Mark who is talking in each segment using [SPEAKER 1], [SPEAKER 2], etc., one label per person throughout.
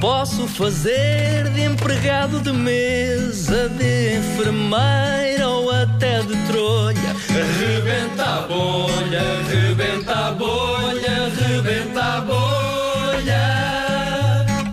[SPEAKER 1] Posso fazer de empregado de mesa, de enfermeira ou até de trolha.
[SPEAKER 2] Rebenta a bolha, rebenta a bolha, rebenta a bolha.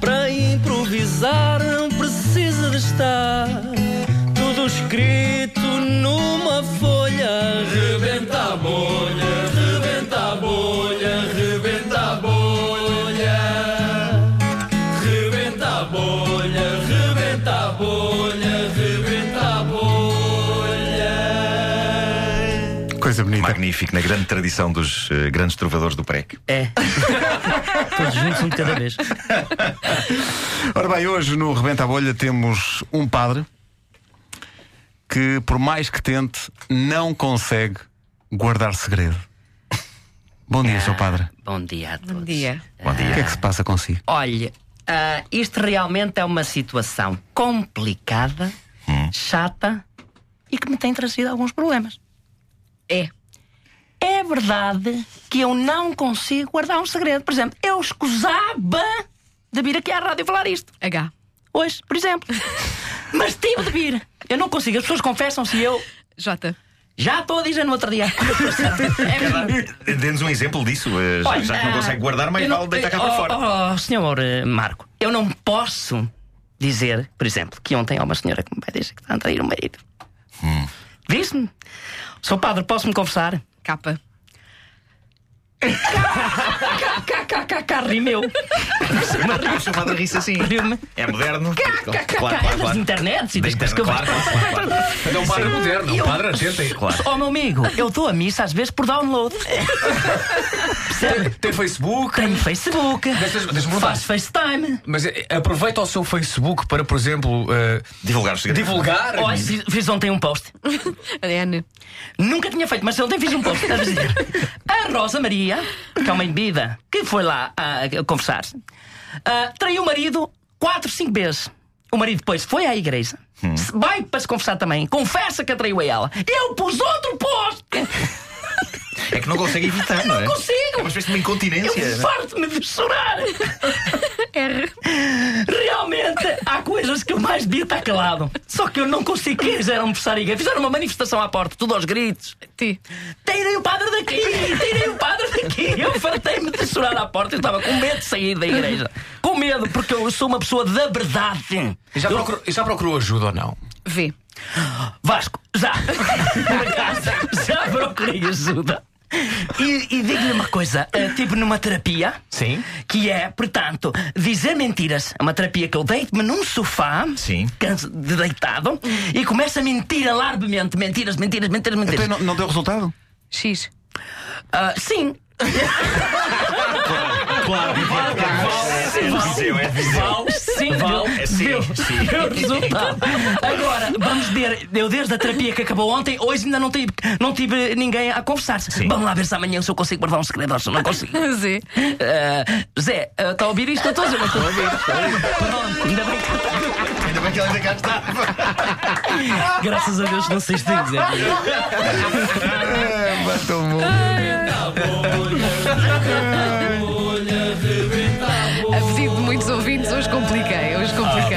[SPEAKER 1] Para improvisar não precisa de estar tudo escrito numa folha.
[SPEAKER 2] Rebenta a bolha, rebenta a bolha, rebenta a bolha. Rebenta a bolha, rebenta a bolha, rebenta a bolha.
[SPEAKER 3] Coisa bonita.
[SPEAKER 4] Magnífico, na grande tradição dos eh, grandes trovadores do PREC.
[SPEAKER 1] É. Todos juntos um de cada vez.
[SPEAKER 3] Ora bem, hoje no Rebenta a Bolha temos um padre que, por mais que tente, não consegue guardar segredo. Bom dia, seu padre.
[SPEAKER 5] Bom dia a todos.
[SPEAKER 6] Bom dia.
[SPEAKER 4] Bom dia.
[SPEAKER 3] O que é que se passa consigo?
[SPEAKER 5] Olhe, ah, isto realmente é uma situação complicada, chata e que me tem trazido alguns problemas. É. É verdade que eu não consigo guardar um segredo. Por exemplo, eu escusava de vir aqui à rádio falar isto.
[SPEAKER 6] H.
[SPEAKER 5] Hoje, por exemplo. Mas tive de vir. Eu não consigo. As pessoas confessam-se e eu
[SPEAKER 6] J.
[SPEAKER 5] já estou a dizer no outro dia.
[SPEAKER 4] Dê-nos um exemplo disso, eh, já,
[SPEAKER 5] Olha,
[SPEAKER 4] já que não
[SPEAKER 5] ah,
[SPEAKER 4] consegue guardar, mas
[SPEAKER 5] eu não-
[SPEAKER 4] vale deitar cá
[SPEAKER 5] oh,
[SPEAKER 4] para fora.
[SPEAKER 5] Oh, senhor eh, Marco, eu não posso dizer, por exemplo, que ontem há uma senhora que me vai dizer que está a trair o marido.
[SPEAKER 4] Hum.
[SPEAKER 5] Disse-me, sou padre, posso-me confessar?
[SPEAKER 6] K.
[SPEAKER 5] KKKK, rimeu. oh.
[SPEAKER 4] O seu padre ri-se assim.
[SPEAKER 5] Rimeu-me.
[SPEAKER 4] É moderno. Claro, claro,
[SPEAKER 5] KKK, das
[SPEAKER 4] claro.
[SPEAKER 5] internet e
[SPEAKER 4] Da
[SPEAKER 5] das coisas que
[SPEAKER 4] internet,
[SPEAKER 5] eu
[SPEAKER 4] Claro, claro, claro, claro.
[SPEAKER 2] É um padre moderno, um padre atento.
[SPEAKER 4] claro.
[SPEAKER 5] Oh, meu amigo, eu dou a missa às vezes por download. Percebe?
[SPEAKER 2] Tem Facebook.
[SPEAKER 5] Tenho Facebook,
[SPEAKER 2] Deixa-me perguntar.
[SPEAKER 5] faço FaceTime.
[SPEAKER 2] Mas eh, aproveita o seu Facebook para, por exemplo, eh,
[SPEAKER 4] Divulgar os segredos.
[SPEAKER 2] divulgar.
[SPEAKER 5] Olha, fiz- fiz ontem um post.
[SPEAKER 6] N.
[SPEAKER 5] Nunca tinha feito, mas ontem fiz um post a dizer. A Rosa Maria, que é uma embida, que foi lá ah, a conversar, ah, traiu o marido quatro, cinco vezes. O marido depois foi à igreja,
[SPEAKER 4] Hum.
[SPEAKER 5] se- vai para se confessar também, confessa que atraiu a ela. Eu pus outro post!
[SPEAKER 4] É que não consegue evitar, não é?
[SPEAKER 5] Não consigo!
[SPEAKER 4] É uma espécie de uma incontinência.
[SPEAKER 5] Eu
[SPEAKER 4] não é?
[SPEAKER 5] farto-me de chorar!
[SPEAKER 6] R.
[SPEAKER 5] Realmente há coisas que eu mais devia estar calado. Só que eu não consigo. Quiseram me forçar a igreja. Fizeram uma manifestação à porta, tudo aos gritos.
[SPEAKER 6] T.
[SPEAKER 5] Tirem o padre daqui! Tirem o padre daqui! Eu fartei-me de chorar à porta, eu estava com medo de sair da igreja. Com medo, porque eu sou uma pessoa da verdade.
[SPEAKER 2] E já, procurou, e já procurou ajuda ou não?
[SPEAKER 6] V.
[SPEAKER 5] Vasco, já! Por acaso, já procurei ajuda. E, e digo-lhe uma coisa, eh, tipo numa terapia,
[SPEAKER 2] Sim.
[SPEAKER 5] que é, portanto, dizer mentiras. É uma terapia que eu deito-me num sofá,
[SPEAKER 4] Sim.
[SPEAKER 5] canso- de deitado, e começo a mentir alarmemente. Mentiras, mentiras, mentiras,
[SPEAKER 3] Então,
[SPEAKER 5] mentiras.
[SPEAKER 3] não, não deu resultado?
[SPEAKER 6] X.
[SPEAKER 5] Ah, sim,
[SPEAKER 4] É viseu, é viseu.
[SPEAKER 5] Val, sim, Val,
[SPEAKER 4] É sim, sim.
[SPEAKER 5] Deu resultado. Agora, vamos ver. Eu desde a terapia que acabou ontem, hoje ainda não tive, não tive ninguém a conversar-se. Vamos lá ver se amanhã se eu consigo guardar um segredo ou se não consigo.
[SPEAKER 6] Z.
[SPEAKER 5] Ah, Zé, ah, está a ouvir isto? Estou a dizer, não estou a ouvir. Pronto, ainda bem que.
[SPEAKER 4] Ainda bem que ela ainda cá está.
[SPEAKER 5] Graças a Deus não sei se tem, Zé.
[SPEAKER 3] É, mas tão bom.
[SPEAKER 6] A pedido de muitos ouvintes, hoje compliquei. Hoje compliquei.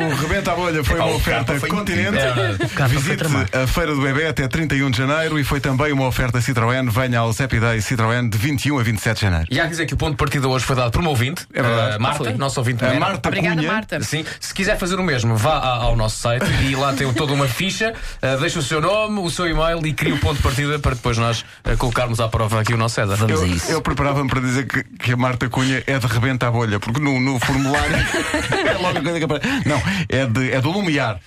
[SPEAKER 5] bem.
[SPEAKER 3] O Rebenta a Bolha foi uma
[SPEAKER 4] o
[SPEAKER 3] oferta
[SPEAKER 4] Capa foi
[SPEAKER 3] continente.
[SPEAKER 5] Capa foi
[SPEAKER 3] Visite
[SPEAKER 5] tramado.
[SPEAKER 3] a Feira do Bebê até 31 de janeiro e foi também uma oferta Citroën. Venha ao Happy Day Citroën de 21 a 27 de janeiro.
[SPEAKER 2] E há que dizer que o ponto de partida hoje foi dado por uma ouvinte,
[SPEAKER 3] É verdade.
[SPEAKER 5] Eh,
[SPEAKER 2] a Marta, nosso ouvinte
[SPEAKER 3] A
[SPEAKER 2] Mera.
[SPEAKER 3] Marta
[SPEAKER 6] Obrigada,
[SPEAKER 3] Cunha.
[SPEAKER 6] Marta.
[SPEAKER 2] Sim, se quiser fazer o mesmo, vá a- ao nosso site e lá tem toda uma ficha, ah, deixa o seu nome, o seu e-mail e cria o ponto de partida para depois nós ah, colocarmos à prova aqui o nosso César.
[SPEAKER 5] Vamos
[SPEAKER 3] Eu,
[SPEAKER 5] a isso.
[SPEAKER 3] eu preparava-me para dizer que, que a Marta Cunha é de rebenta a bolha, porque no, no formulário é logo a coisa que aparece. Não, é, de, é do Lumiar.